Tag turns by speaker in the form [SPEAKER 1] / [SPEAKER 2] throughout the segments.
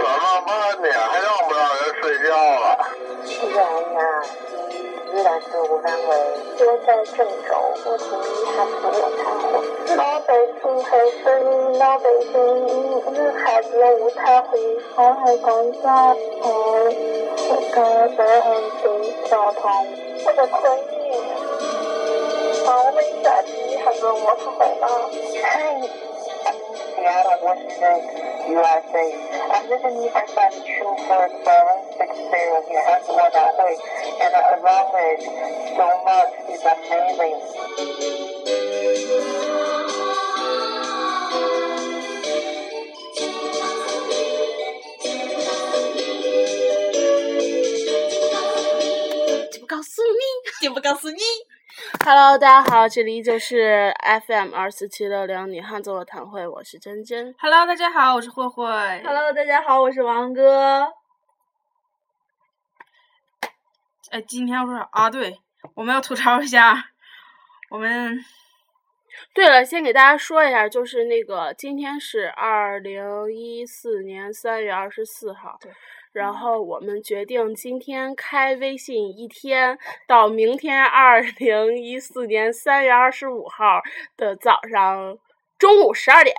[SPEAKER 1] 点，还让不让人睡觉了？
[SPEAKER 2] 是人呀，依然是吴三桂。
[SPEAKER 3] 约在郑州，我同意他陪我开会。老百姓还是老百姓，日孩子无太会，我係講家庭，我嘅保險比較痛。我的婚姻，我為啥子很多我出轨了？
[SPEAKER 2] Hi, I'm Seattle, Washington, USA. I'm visiting you for some true first forensic experience you have to work out with, and I love it so much. It's amazing.
[SPEAKER 4] 就不告诉你，就不告诉你。
[SPEAKER 5] Hello，大家好，这里依旧是 FM 二四七六零女汉子座谈会，我是珍珍。
[SPEAKER 4] Hello，大家好，我是慧慧。
[SPEAKER 6] Hello，大家好，我是王哥。
[SPEAKER 4] 哎，今天说啥啊？对，我们要吐槽一下我们
[SPEAKER 5] 对了，先给大家说一下，就是那个今天是二零一四年三月二十四号，对。然后我们决定今天开微信一天，到明天二零一四年三月二十五号的早上。中午十二点，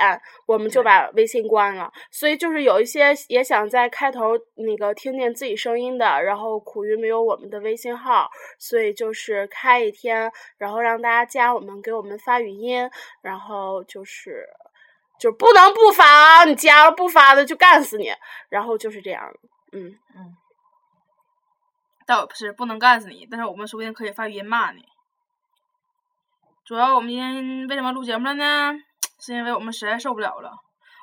[SPEAKER 5] 我们就把微信关了。所以就是有一些也想在开头那个听见自己声音的，然后苦于没有我们的微信号，所以就是开一天，然后让大家加我们，给我们发语音，然后就是就不能不发，你加了不发的就干死你，然后就是这样，嗯。
[SPEAKER 4] 倒不是不能干死你，但是我们说不定可以发语音骂你。主要我们今天为什么录节目了呢？是因为我们实在受不了了。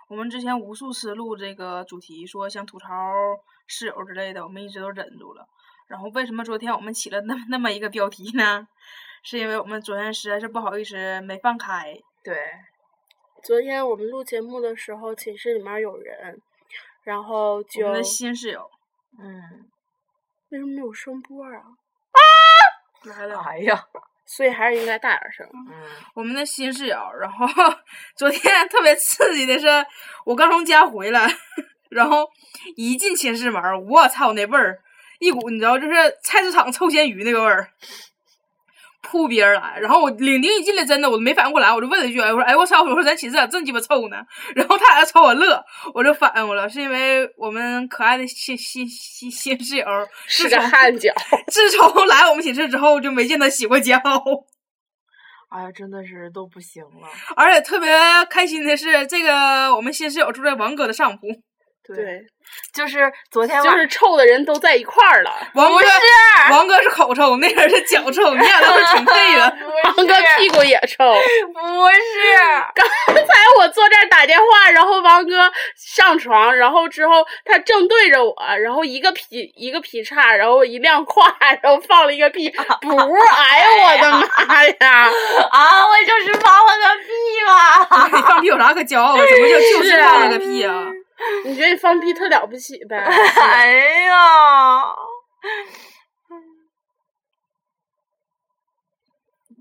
[SPEAKER 4] 我们之前无数次录这个主题，说想吐槽室友之类的，我们一直都忍住了。然后为什么昨天我们起了那么那么一个标题呢？是因为我们昨天实在是不好意思没放开。
[SPEAKER 6] 对，
[SPEAKER 5] 昨天我们录节目的时候，寝室里面有人，然后
[SPEAKER 4] 我
[SPEAKER 5] 就
[SPEAKER 4] 们的新室友
[SPEAKER 6] 嗯，
[SPEAKER 5] 为什么没有声波啊？
[SPEAKER 4] 来了，
[SPEAKER 6] 哎呀，
[SPEAKER 5] 所以还是应该大点声。
[SPEAKER 6] 嗯，
[SPEAKER 4] 我们的新室友。然后 昨天 特别刺激的是，我刚从家回来， 然后一进寝室门儿，我操那味儿，一股你知道就是菜市场臭咸鱼那个味儿，扑鼻而来。然后我领丁一进来，真的我都没反应过来，我就问了一句：“哎，我说哎我操！我说咱寝室咋这么鸡巴臭呢？” 然后他俩朝我乐，我就反应过来，是因为我们可爱的新新新新室友
[SPEAKER 5] 是个汗脚，
[SPEAKER 4] 自从来我们寝室之后，就没见他洗过脚。
[SPEAKER 6] 哎呀，真的是都不行了。
[SPEAKER 4] 而且特别开心的是，这个我们新室友住在王哥的上铺，
[SPEAKER 6] 对，
[SPEAKER 5] 对，
[SPEAKER 6] 就是昨天晚
[SPEAKER 5] 就是臭的人都在一块儿了，
[SPEAKER 4] 王哥王哥是口臭，那人是脚臭，你俩倒是挺配的。
[SPEAKER 5] 王哥屁股也臭。
[SPEAKER 6] 不是，
[SPEAKER 5] 刚 才我坐这儿打电话，然后王哥上床，然后之后他正对着我，然后一个劈一个劈叉，然后一亮胯， 然后放了一个屁，
[SPEAKER 4] 啊
[SPEAKER 5] 不，哎呦我的妈 呀！
[SPEAKER 6] 啊，我就是放了个屁嘛。
[SPEAKER 4] 你放屁有啥可骄傲的？什么叫就是放了个屁啊？
[SPEAKER 5] 你觉得你放屁特了不起 呗？
[SPEAKER 6] 哎呀，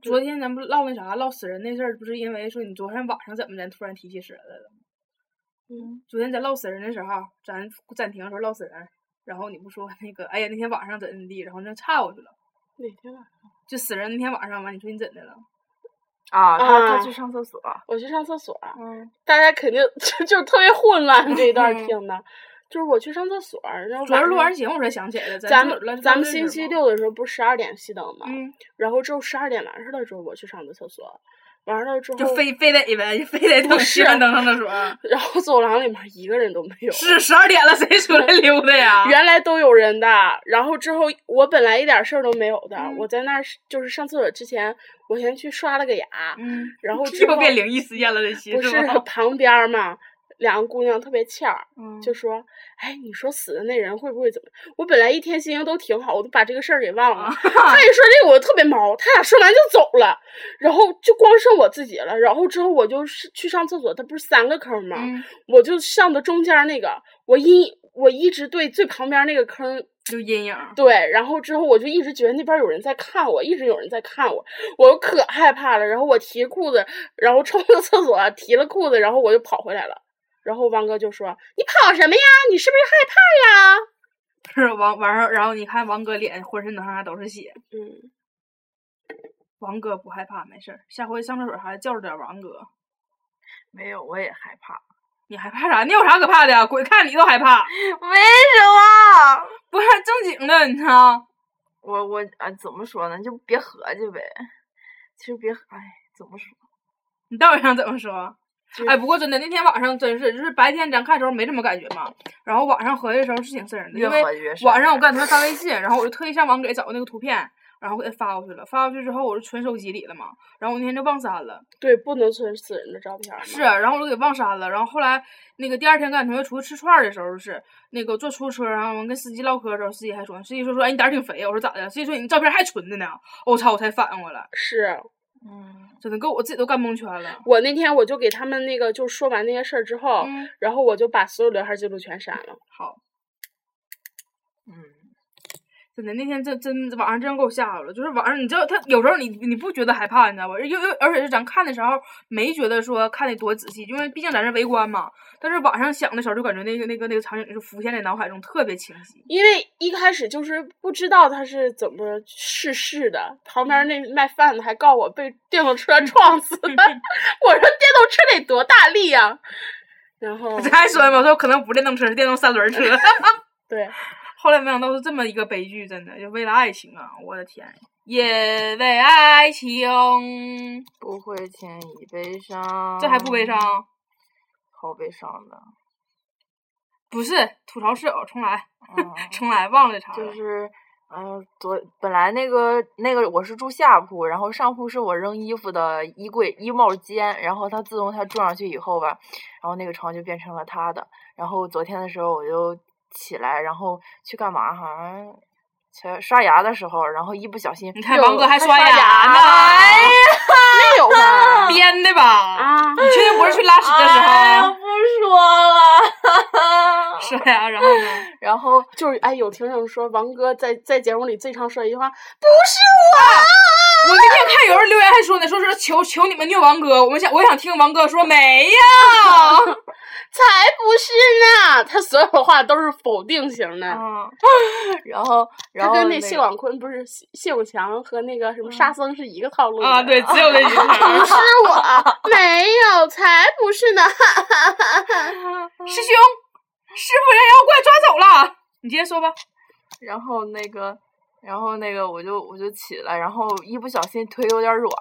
[SPEAKER 4] 昨天咱不是唠那啥唠死人那事儿，不是因为说你昨天晚上怎么咱突然提起死人来了吗？嗯，昨天咱唠死人的时候，咱暂停的时候唠死人，然后你不说那个，哎呀那天晚上怎么地，然后那岔过去了，
[SPEAKER 5] 哪天晚上？
[SPEAKER 4] 就死人那天晚上完，你说你怎的了？
[SPEAKER 6] 啊，他
[SPEAKER 5] 啊
[SPEAKER 6] 他去上厕所，
[SPEAKER 5] 我去上厕所，啊
[SPEAKER 4] 嗯，
[SPEAKER 5] 大家肯定 就就是特别混 乱这一段听的，就是我去上厕所，然后
[SPEAKER 4] 主要是录
[SPEAKER 5] 晚
[SPEAKER 4] 完
[SPEAKER 5] 上
[SPEAKER 4] 节目我才想起来的，
[SPEAKER 5] 咱
[SPEAKER 4] 就乱
[SPEAKER 5] 们
[SPEAKER 4] 七八
[SPEAKER 5] 咱们
[SPEAKER 4] 糟的事
[SPEAKER 5] 星
[SPEAKER 4] 儿
[SPEAKER 5] 期
[SPEAKER 4] 嘛
[SPEAKER 5] 六的时候不是十二点熄灯吗？
[SPEAKER 4] 嗯，
[SPEAKER 5] 然后之后十二点完事了之后，我去上的厕所，完事了之后
[SPEAKER 4] 就非非得呗，就非得
[SPEAKER 5] 不
[SPEAKER 4] 等
[SPEAKER 5] 是
[SPEAKER 4] 熄灯上 厕所。
[SPEAKER 5] 然后走廊里面一个人都没有，
[SPEAKER 4] 是啊十二点了，谁出来溜达呀？
[SPEAKER 5] 原来都有人的。然后之后我本来一点事儿都没有的，
[SPEAKER 4] 嗯
[SPEAKER 5] 我在那儿是就是上厕所之前，我先去刷了个牙，
[SPEAKER 4] 嗯，
[SPEAKER 5] 然后 之后
[SPEAKER 4] 又变灵异事件了，这期
[SPEAKER 5] 不是
[SPEAKER 4] 吧？
[SPEAKER 5] 旁边儿嘛，两个姑娘特别欠儿，
[SPEAKER 4] 嗯
[SPEAKER 5] 就说：“哎，你说死的那人会不会怎么？”我本来一天心情都挺好，我都把这个事儿给忘
[SPEAKER 4] 啊
[SPEAKER 5] 了。他一说这个，我特别毛。他俩说完就走了，然后就光剩我自己了。然后之后我就是去上厕所，它不是三个坑吗？
[SPEAKER 4] 嗯
[SPEAKER 5] 我就上的中间儿那个，我一我一直对最旁边儿那个坑
[SPEAKER 4] 就阴影儿。
[SPEAKER 5] 对，然后之后我就一直觉得那边有人在看我，一直有人在看我，我可啊害怕了。然后我提裤子，然后冲到厕所提了裤子，然后我就跑回来了。然后王哥就说：“你跑什么呀？你是不是害怕呀
[SPEAKER 4] 不是王完事儿，然后你看王哥脸浑身上下都是血，？”
[SPEAKER 5] 嗯，
[SPEAKER 4] 王哥不害怕，没事儿，下回上厕所还叫着点儿王哥。
[SPEAKER 6] 没有，我也害怕。
[SPEAKER 4] 你害怕啥？你有啥可怕的呀？鬼看你都害怕，
[SPEAKER 6] 为什么？
[SPEAKER 4] 不是正经的，你知道？
[SPEAKER 6] 我我啊，怎么说呢？就别合计呗。其实别合，哎，怎么说？
[SPEAKER 4] 你到底想怎么说？
[SPEAKER 6] 就
[SPEAKER 4] 哎，不过真的，那天晚上真是，就是白天咱看的时候没什么感觉嘛，然后晚上合计的时候是挺瘆人的，
[SPEAKER 6] 越
[SPEAKER 4] 因为
[SPEAKER 6] 合计越瘆
[SPEAKER 4] 晚上我
[SPEAKER 6] 人
[SPEAKER 4] 干他发微信，然后我就特意上网给找那个图片，然后给他发过去了，发过去之后我就存手机里了嘛，然后我那天就忘删了，
[SPEAKER 5] 对，不能存死人的照片儿嘛。
[SPEAKER 4] 是，然后我就给忘删了。然后后来那个第二天跟俺同学出去吃串儿的时候是，那个坐出租车，然后我跟司机唠嗑的时候，司机还说，司机说说，哎，你胆儿挺肥啊。我说咋的了？司机说你照片还存着呢。我操！我才反应过来，
[SPEAKER 5] 是
[SPEAKER 6] 嗯，
[SPEAKER 4] 真的给我自己都干蒙圈了。
[SPEAKER 5] 我那天我就给他们那个就说完那些事儿之后，
[SPEAKER 4] 嗯，
[SPEAKER 5] 然后我就把所有聊天记录全删了。
[SPEAKER 4] 好，
[SPEAKER 6] 嗯，
[SPEAKER 4] 真的那天真真晚上真给我吓着了。就是晚上，你知道他有时候你你不觉得害怕，你知道吧？又又而且是咱看的时候没觉得说看的多仔细，因为毕竟咱是围观嘛。但是晚上想的时候，就感觉那个那个那个场景就浮现在脑海中特别清晰。
[SPEAKER 5] 因为一开始就是不知道他是怎么逝世的，旁边那卖饭的还告我被电动车撞死的，我说电动车得多大力呀、然后
[SPEAKER 4] 我还说嘛，我说可能不是电动车，是电动三轮车。
[SPEAKER 5] 对，
[SPEAKER 4] 后来没想到是这么一个悲剧，真的就为了爱情啊！我的天，因为爱情，
[SPEAKER 6] 不会轻易悲伤。
[SPEAKER 4] 这还不悲伤？？
[SPEAKER 6] 好悲伤的。
[SPEAKER 4] 不是吐槽室友，重来，
[SPEAKER 6] 嗯
[SPEAKER 4] 重来，忘了这茬了。
[SPEAKER 6] 就是，嗯、昨本来那个那个我是住下铺，然后上铺是我扔衣服的衣柜衣帽间，然后他自从他住上去以后吧，然后那个床就变成了他的。然后昨天的时候我就起来，然后去干嘛？好像去刷牙的时候，然后一不小心
[SPEAKER 4] 你看
[SPEAKER 6] 又
[SPEAKER 4] 王哥还刷牙呢
[SPEAKER 6] 哎呀，
[SPEAKER 5] 没有吧？
[SPEAKER 4] 编的吧？
[SPEAKER 5] 啊，
[SPEAKER 4] 你确定不是去拉屎的
[SPEAKER 6] 哎呀
[SPEAKER 4] 时
[SPEAKER 6] 不说 了。
[SPEAKER 4] 候？是呀，然后呢？
[SPEAKER 6] 然后
[SPEAKER 5] 就是哎，有听众说王哥在在节目里最常说的一句话，
[SPEAKER 4] 我那天看有人留言还说呢，说是求求你们虐王哥，我们想我想听王哥说没呀。
[SPEAKER 5] 才不是呢，他所有话都是否定型的。
[SPEAKER 4] 啊，
[SPEAKER 6] 然后然
[SPEAKER 5] 他
[SPEAKER 6] 后
[SPEAKER 5] 跟那
[SPEAKER 6] 个
[SPEAKER 5] 谢广坤不是谢谢永强和那个什么沙僧是一个套路的
[SPEAKER 4] 啊对，只有这句话。
[SPEAKER 5] 是我， 没有，才不是呢！
[SPEAKER 4] 师兄，师傅让妖怪抓走了。你接着说吧。
[SPEAKER 6] 然后那个，然后那个，我就我就起来，然后一不小心腿有点软，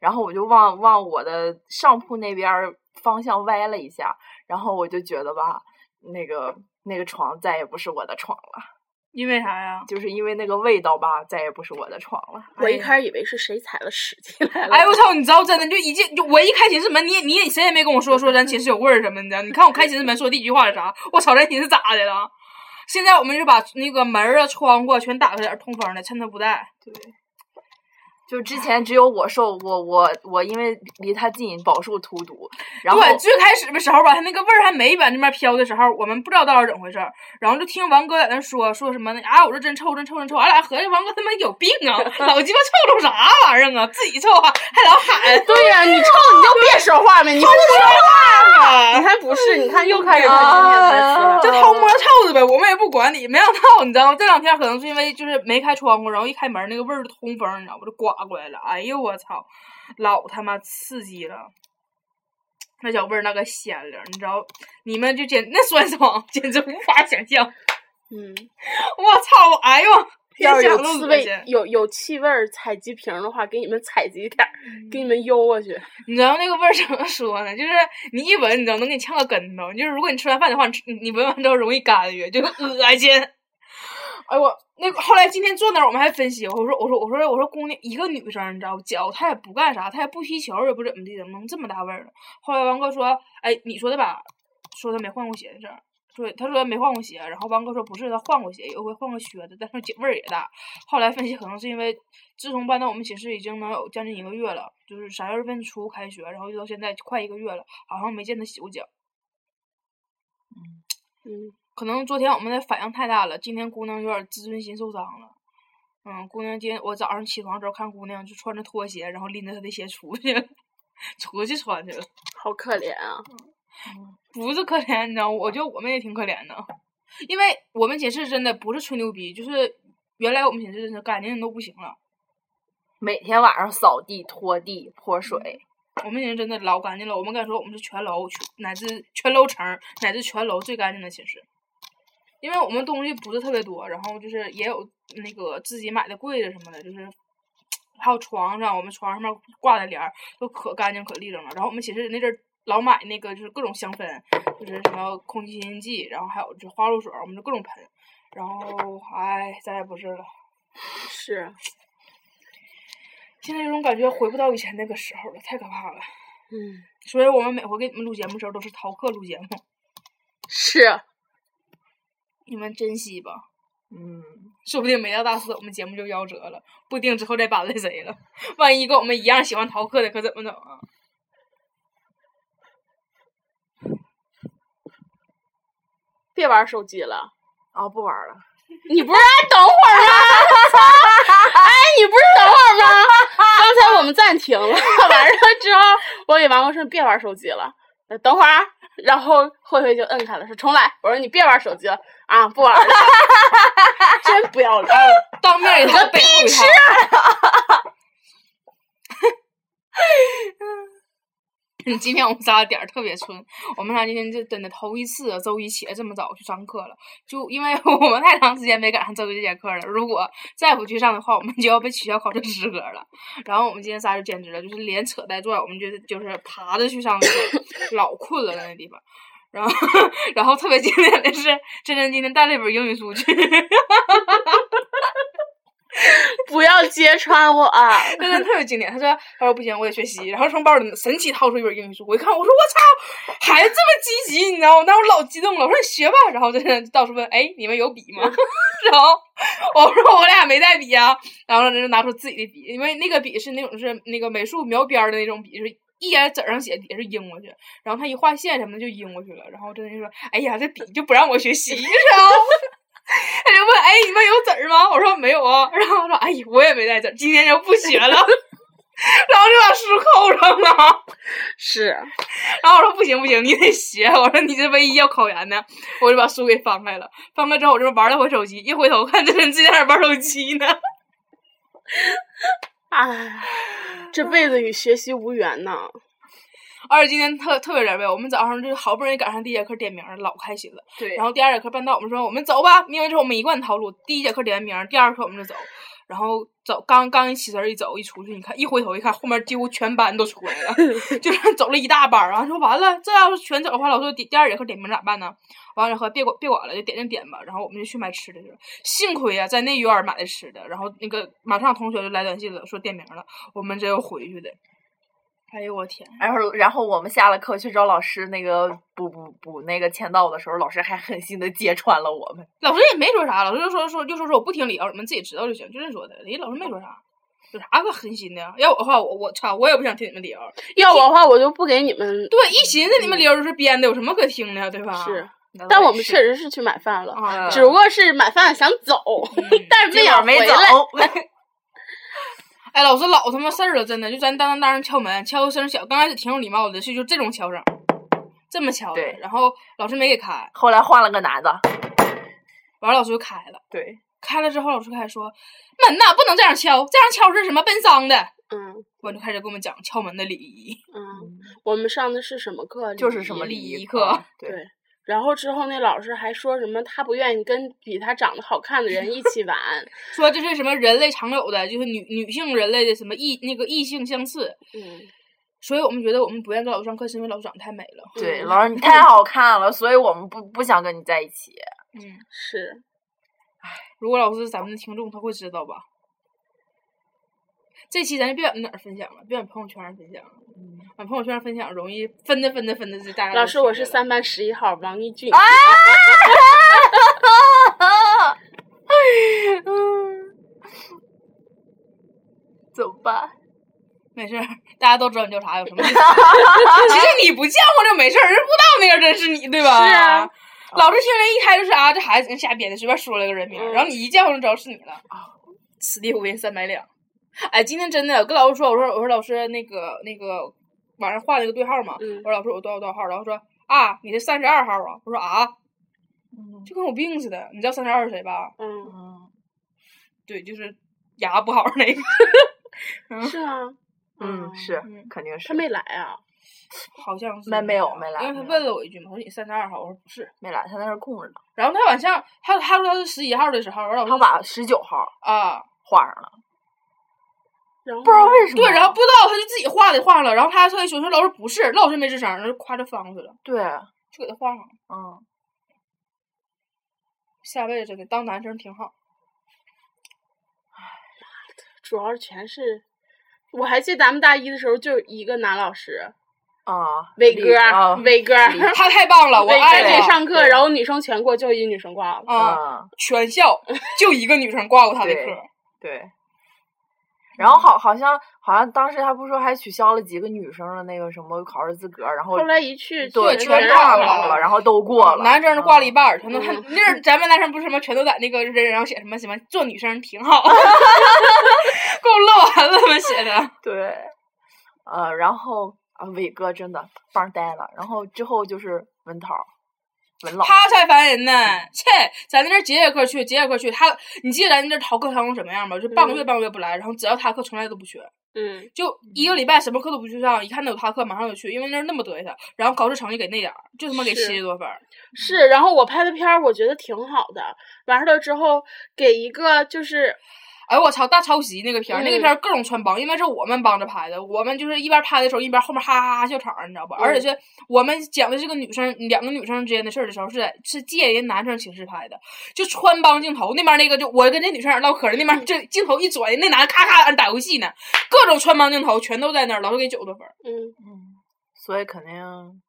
[SPEAKER 6] 然后我就往往我的上铺那边儿方向歪了一下，然后我就觉得吧，那个那个床再也不是我的床了，
[SPEAKER 4] 因为啥呀？
[SPEAKER 6] 就是因为那个味道吧，再也不是我的床了。
[SPEAKER 5] 我一开始以为是谁踩了屎 进来了，
[SPEAKER 4] 哎，我操！你知道真的就一进就我一开寝室门，你也你也谁也没跟我说说咱寝室有味儿什么的。你看我开寝室门说第一句话是啥？我操，咱寝室咋的了？现在我们就把那个门儿啊、窗户啊全打开点儿通风的，趁他不在。
[SPEAKER 6] 就之前只有我受我我我因为离他近饱受荼毒，然后
[SPEAKER 4] 对，最开始的时候吧，他那个味儿还没往那边飘的时候，我们不知道到底怎么回事儿，然后就听王哥在那说说什么呢？啊，我这真臭，真臭，真臭！俺俩合计王哥他妈有病啊，老鸡巴臭臭啥玩意儿啊？自己臭还还 老喊。
[SPEAKER 5] 对呀、你臭你就别说话呗，你还是
[SPEAKER 4] 说话
[SPEAKER 5] 你
[SPEAKER 4] 了，
[SPEAKER 5] 还不是，你看又开始他今天才说了
[SPEAKER 4] 就偷摸臭的呗，我们也不管你。没想到，你知道吗？这两天可能是因为就是没开窗户，然后一开门那个味儿就通风，你知道吗？就刮过来了。哎呦我操，老他妈刺激了！那小味儿那个鲜了，你知道？你们就简那酸爽简直无法想象。
[SPEAKER 5] 嗯，
[SPEAKER 4] 我操！哎呦，
[SPEAKER 5] 要
[SPEAKER 4] 天
[SPEAKER 5] 是有
[SPEAKER 4] 想都
[SPEAKER 5] 气
[SPEAKER 4] 恶
[SPEAKER 5] 味
[SPEAKER 4] 心。
[SPEAKER 5] 有有气味儿采集瓶儿的话，给你们采集点儿，给你们邮过去。
[SPEAKER 4] 你知道那个味儿怎么说呢？就是你一闻，你知道能给你呛个跟头。就是如果你吃完饭的话，你吃你闻完之后容易干哕，就恶心。 哎我那个后来今天坐那儿，我们还分析，我说我说我说我说姑娘一个女生，你知道不？脚她也不干啥，她也不踢球，也不怎么地，怎么能这么大味儿呢？后来王哥说，哎，你说的吧？说他没换过鞋的事儿。说他说没换过鞋，然后王哥说不是，他换过鞋，有一回换过靴子，但是味儿也大。后来分析，可能是因为自从搬到我们寝室已经能有将近一个月了，就是三月份初开学，然后就到现在快一个月了，好像没见他洗过脚。
[SPEAKER 5] 嗯，
[SPEAKER 4] 可能昨天我们的反应太大了，今天姑娘有点自尊心受伤了。嗯，姑娘今天我早上起床的时候看姑娘就穿着 拖鞋，然后拎着她的鞋出去了，出去穿去了。
[SPEAKER 5] 好可怜啊！
[SPEAKER 4] 不是可怜，你知道，我觉得我们也挺可怜的，因为我们寝室真的不是吹牛逼，就是原来我们寝室真是干净的都不行了，
[SPEAKER 6] 每天晚上扫地、拖地、泼水，
[SPEAKER 4] 我们寝室真的老干净了。我们敢说我们是全楼全乃至全楼层儿乃至全楼最干净的寝室，因为我们东西不是特别多，然后就是也有那个自己买的柜子什么的，就是。还有床上，我们床上面挂的帘儿都可干净可立正了。然后我们寝室那阵儿老买那个就是各种香氛，就是什么空气清新剂，然后还有就是花露水儿，我们就各种喷。然后哎，再也不是了。
[SPEAKER 5] 是，
[SPEAKER 4] 现在这种感觉回不到以前那个时候了，太可怕了。
[SPEAKER 5] 嗯，
[SPEAKER 4] 所以我们每回给你们录节目的时候都是逃课录节目，
[SPEAKER 5] 是，啊
[SPEAKER 4] 你们珍惜吧，
[SPEAKER 6] 嗯，
[SPEAKER 4] 说不定没到大四我们节目就夭折了，不一定之后再板着谁了。万一跟我们一样喜欢逃课的，可怎么整啊？
[SPEAKER 5] 别玩手机了。
[SPEAKER 6] 啊，不玩儿了。
[SPEAKER 5] 你不是还等会儿吗？哎，你不是等会儿吗？刚才我们暂停了， 完了之后我给王哥说别玩手机了，呃等会儿啊。然后慧慧就摁开了，说重来。我说你别玩手机了啊，不玩了，真不要脸。
[SPEAKER 4] 当面一套，背后一套。你 今天我们仨点儿特别纯，我们仨今天就真的头一次啊周一起来这么早去上课了，就因为我们太长时间没赶上周一这节课了。如果再不去上的话，我们就要被取消考试资格了。 然后我们今天仨就简直了，就是连扯带拽，我们就是就是爬着去上课，老困了在那地方。然后， 然后特别经典的是，真真今天带了一本英语书去。
[SPEAKER 5] 不要揭穿我啊！
[SPEAKER 4] 真的特别经典。他说：“他说不行，我得学习。”然后从包里神奇掏出一本英语书，我一看，我说：“我操，还这么积极，你知道吗？”当时我老激动了，我说：“你学吧。”然后真的到处问：“哎，你们有笔吗？” 然后我说：“我俩没带笔啊。”然后人就拿出自己的笔，因为那个笔是那种是那个美术描边儿的那种笔，就是。一眼纸上写底下是晕过去，然后他一画线什么的就晕过去了，然后真的就说：“哎呀，这笔就不让我学习，你知道吗？”他就问：“哎，你们有籽儿吗？”我说：“没有啊。”然后他说：“哎呀，我也没带籽儿，今天就不学了。” 然后就把书扣上了。
[SPEAKER 5] 是，
[SPEAKER 4] 然后我说：“不行不行，你得学。”我说：“你这唯一要考研呢。”我就把书给翻开了，翻开之后我这玩了会儿手机，一回头看这人自己在那儿玩手机呢。
[SPEAKER 5] 哎，这辈子与学习无缘呐。
[SPEAKER 4] 而且今天特特别人呗，我们早上就好不容易赶上第一节课点名儿，老开心了。
[SPEAKER 5] 对
[SPEAKER 4] 然后第二节课半道，我们说我们走吧，因为这是我们一贯套路，第一节课点完名儿，第二课我们就走。然后走，刚刚一起身儿一走一出去，你看一回头一看，后面几乎全班都出来 了，就是走了一大班儿。然后说完了，这要是全走的话，老师第第二节课点名儿咋办呢？完了以后别管别管了，就点就点吧。然后我们就去买吃的去了。幸亏呀、在内院儿买的吃的。然后那个马上同学就来短信了，说点名儿了，我们这又回去的。哎呦我天！
[SPEAKER 6] 然后，然后我们下了课去找老师那个补补补那个签到的时候，老师还狠心的揭穿了我们。
[SPEAKER 4] 老师也没说啥，老师就说说就说说我不听理由，你们自己知道就行，就这么说的。人家老师没说啥，有啥可狠心的呀？要我的话，我我操，我也不想听你们理由。
[SPEAKER 5] 要我的话，我就不给你们。
[SPEAKER 4] 对，啊一寻思你们理由就是编的，有什么可听的呀，对吧？
[SPEAKER 5] 是，
[SPEAKER 6] 那
[SPEAKER 5] 但
[SPEAKER 6] 倒
[SPEAKER 5] 我
[SPEAKER 6] 也
[SPEAKER 5] 们
[SPEAKER 6] 是
[SPEAKER 5] 确实是去买饭了，
[SPEAKER 4] 啊，
[SPEAKER 5] 只不过是买饭想走， 但
[SPEAKER 6] 嗯
[SPEAKER 5] 是
[SPEAKER 6] 结
[SPEAKER 5] 没
[SPEAKER 6] 果
[SPEAKER 5] 想
[SPEAKER 6] 没
[SPEAKER 5] 回
[SPEAKER 6] 走
[SPEAKER 5] 来。，
[SPEAKER 4] 哎，老师老他妈事儿了，真的，就咱当当当敲门，敲声小，刚开始挺有礼貌的，是就这种敲声，这么敲的
[SPEAKER 6] 对，
[SPEAKER 4] 然后老师没给开，
[SPEAKER 6] 后来换了个男的。
[SPEAKER 4] 完了老师就开了，
[SPEAKER 6] 对，
[SPEAKER 4] 开了之后老师开始说门呐不能这样敲，这样敲是什么奔丧的，
[SPEAKER 5] 嗯
[SPEAKER 4] 完就开始给我们讲敲门的礼仪，
[SPEAKER 5] 嗯，我们上的是什么课？
[SPEAKER 6] 就是什么
[SPEAKER 4] 礼
[SPEAKER 6] 仪
[SPEAKER 4] 仪课。
[SPEAKER 6] 对，
[SPEAKER 5] 对，然后之后那老师还说什么他不愿意跟比他长得好看的人一 起玩，
[SPEAKER 4] 说这是什么人类常有的，就是女女性人类的什么异那个异性相似，
[SPEAKER 5] 嗯，
[SPEAKER 4] 所以我们觉得我们不愿意跟老师上课，是因为老师长得太美了。
[SPEAKER 6] 对，
[SPEAKER 5] 嗯
[SPEAKER 6] 老师你太好看了，所以我们不不想跟你在一起。
[SPEAKER 4] 嗯，
[SPEAKER 5] 是
[SPEAKER 4] 如果老师是咱们的听众，他会知道吧？这期咱就别往哪儿分享了，别往朋友圈上分享了，往朋友圈上分享容易分着分着分着就大
[SPEAKER 6] 哎
[SPEAKER 4] 家
[SPEAKER 5] 嗯
[SPEAKER 4] 都
[SPEAKER 5] 老师，我
[SPEAKER 4] 听
[SPEAKER 5] 是
[SPEAKER 4] 着了
[SPEAKER 5] 三班十一号王一
[SPEAKER 6] 啊
[SPEAKER 5] 俊，
[SPEAKER 6] 哎怎么办？
[SPEAKER 4] 没事儿，大家都知道你叫啥，有什么意 思？其实你不见过就没事儿，人不知道那个人是你，对吧？
[SPEAKER 5] 是啊。
[SPEAKER 4] 老是听人一开就是啊，这孩子真瞎编的，随便说了个人名儿，
[SPEAKER 5] 嗯
[SPEAKER 4] 然后你一见我就知道是你了。啊此地无银三百两。哎，今天真的，我跟老师说，我说我说老师那个那个，晚上画了一个对号嘛，
[SPEAKER 5] 嗯
[SPEAKER 4] 我说老师我多少多少号，然后说啊，你是三十二号啊？我说啊，
[SPEAKER 6] 嗯
[SPEAKER 4] 就跟有病似的。你知道三十二是谁吧？
[SPEAKER 5] 嗯，
[SPEAKER 6] 嗯
[SPEAKER 4] 对，就是牙不好那个。
[SPEAKER 5] 是吗？
[SPEAKER 6] 嗯，是
[SPEAKER 4] 嗯，
[SPEAKER 6] 肯定是
[SPEAKER 5] 他没来啊。
[SPEAKER 4] 好像是
[SPEAKER 6] 没没有
[SPEAKER 4] 这样
[SPEAKER 6] 没来
[SPEAKER 4] 因为他
[SPEAKER 6] 没
[SPEAKER 4] 问了我一句嘛，我说你三十二号，我说不是。
[SPEAKER 6] 没来，他那是空着呢。
[SPEAKER 4] 然后他晚上，他他说他是十一号的时候，然后
[SPEAKER 6] 他
[SPEAKER 4] 我说
[SPEAKER 6] 把十九号
[SPEAKER 4] 啊，
[SPEAKER 6] 画上了，
[SPEAKER 5] 然后
[SPEAKER 6] 不知道为什么。
[SPEAKER 4] 对，然后不知道他就自己画的画了，然后他还特意说说老师不是，老师没吱声，然后夸这方去了，
[SPEAKER 6] 对，
[SPEAKER 4] 就给他画上了。
[SPEAKER 6] 嗯，
[SPEAKER 4] 下辈子真的当男生挺 好，
[SPEAKER 5] 主要是全是，我还记得咱们大一的时候就一个男老师，
[SPEAKER 6] 啊，
[SPEAKER 5] 伟
[SPEAKER 6] 李
[SPEAKER 5] 哥儿
[SPEAKER 6] 啊，，
[SPEAKER 5] 伟哥儿，
[SPEAKER 4] 他太棒了，我
[SPEAKER 5] 伟哥
[SPEAKER 4] 爱
[SPEAKER 5] 儿
[SPEAKER 4] 他
[SPEAKER 5] 没。上课，
[SPEAKER 6] 对
[SPEAKER 5] 然后女生全过，就一女生挂了。
[SPEAKER 4] 啊，
[SPEAKER 6] 嗯，
[SPEAKER 4] 全校就一个女生挂过他的
[SPEAKER 6] 对
[SPEAKER 4] 课，
[SPEAKER 6] 对。然后好，好像好像当时他不是说还取消了几个女生的那个什么考试资格，然后
[SPEAKER 5] 后来一去，
[SPEAKER 6] 对
[SPEAKER 4] 全
[SPEAKER 6] 全
[SPEAKER 4] 挂
[SPEAKER 6] 挂
[SPEAKER 4] 了
[SPEAKER 6] 了，然后都过了，
[SPEAKER 4] 男生都挂了一
[SPEAKER 6] 嗯
[SPEAKER 4] 半儿，全都他那阵儿咱们男生不是什么全都在那个人人上写什么什么做女生 挺好，给我乐完了，他们写的。
[SPEAKER 6] 对，呃，然后啊，伟哥真的棒呆了，然后之后就是文涛儿，文老，
[SPEAKER 4] 他才烦人呢！切，咱在那儿节节课去，节节课去。他，你记得咱那阵儿逃课逃成什么样吗？就半个月
[SPEAKER 5] 嗯
[SPEAKER 4] 半个月不来，然后只要他课从来都不缺，
[SPEAKER 5] 嗯，
[SPEAKER 4] 就一个礼拜什么课都不去上，一看到有他课马上就去，因为那儿那么得意他。然后考试成绩给那点儿，就他妈给
[SPEAKER 5] 是
[SPEAKER 4] 七十多分儿。
[SPEAKER 5] 是。然后我拍的片儿，我觉得挺好的。完事儿了之后，给一个就是
[SPEAKER 4] 哎，我操，大抄袭那个片儿，那个
[SPEAKER 5] 嗯
[SPEAKER 4] 片儿各种穿帮，因为是我们帮着拍的，我们就是一边拍的时候一边后面哈哈哈笑场儿，你知道吧？而且是我们讲的是个女生两个女生之间的事儿的时候，是在是借人男生寝室拍的，就穿帮镜头，那边那个就我跟那女生唠嗑儿，那边这镜头一转，那男的咔咔打游戏呢，各种穿帮镜头全都在那儿，老师给九十多分儿，
[SPEAKER 5] 嗯，
[SPEAKER 6] 嗯，所以肯定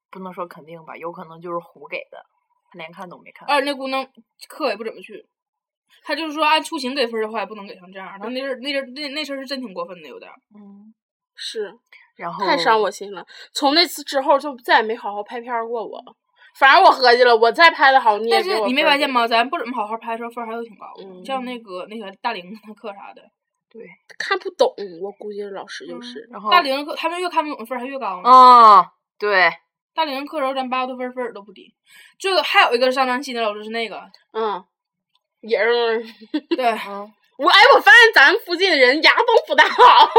[SPEAKER 6] 不能说肯定吧，有可能就是胡给的，他连看都没看。
[SPEAKER 4] 而且那姑娘课也不怎么去。她就是说，按出勤给分儿的话，也不能给成这样儿。然后那阵儿那阵儿那那事儿是真挺过分的，有点儿。
[SPEAKER 6] 嗯，
[SPEAKER 5] 是。
[SPEAKER 6] 然后
[SPEAKER 5] 太伤我心了。从那次之后，就再也没好好拍片儿过我。反正我合计了，我再拍的好，你也
[SPEAKER 4] 但
[SPEAKER 5] 给
[SPEAKER 4] 是
[SPEAKER 5] 我
[SPEAKER 4] 你没
[SPEAKER 5] 分儿
[SPEAKER 4] 发现
[SPEAKER 5] 给？
[SPEAKER 4] 吗？咱不怎么好好拍的时候分儿还都挺高的，
[SPEAKER 5] 嗯
[SPEAKER 4] 像那个那个大玲她课啥的，
[SPEAKER 6] 对，
[SPEAKER 5] 看不懂，我估计老师就是。
[SPEAKER 6] 然后
[SPEAKER 4] 大玲课他们越看不懂分儿还越高
[SPEAKER 5] 嗯
[SPEAKER 4] 呢。
[SPEAKER 6] 啊，对，
[SPEAKER 4] 大玲课时候咱八十多分儿分儿都不低。这个还有一个上张期的老师是 那个，
[SPEAKER 5] 嗯，也是
[SPEAKER 4] 对
[SPEAKER 6] 嗯，
[SPEAKER 5] 我。哎，我发现咱们附近的人牙都不大好。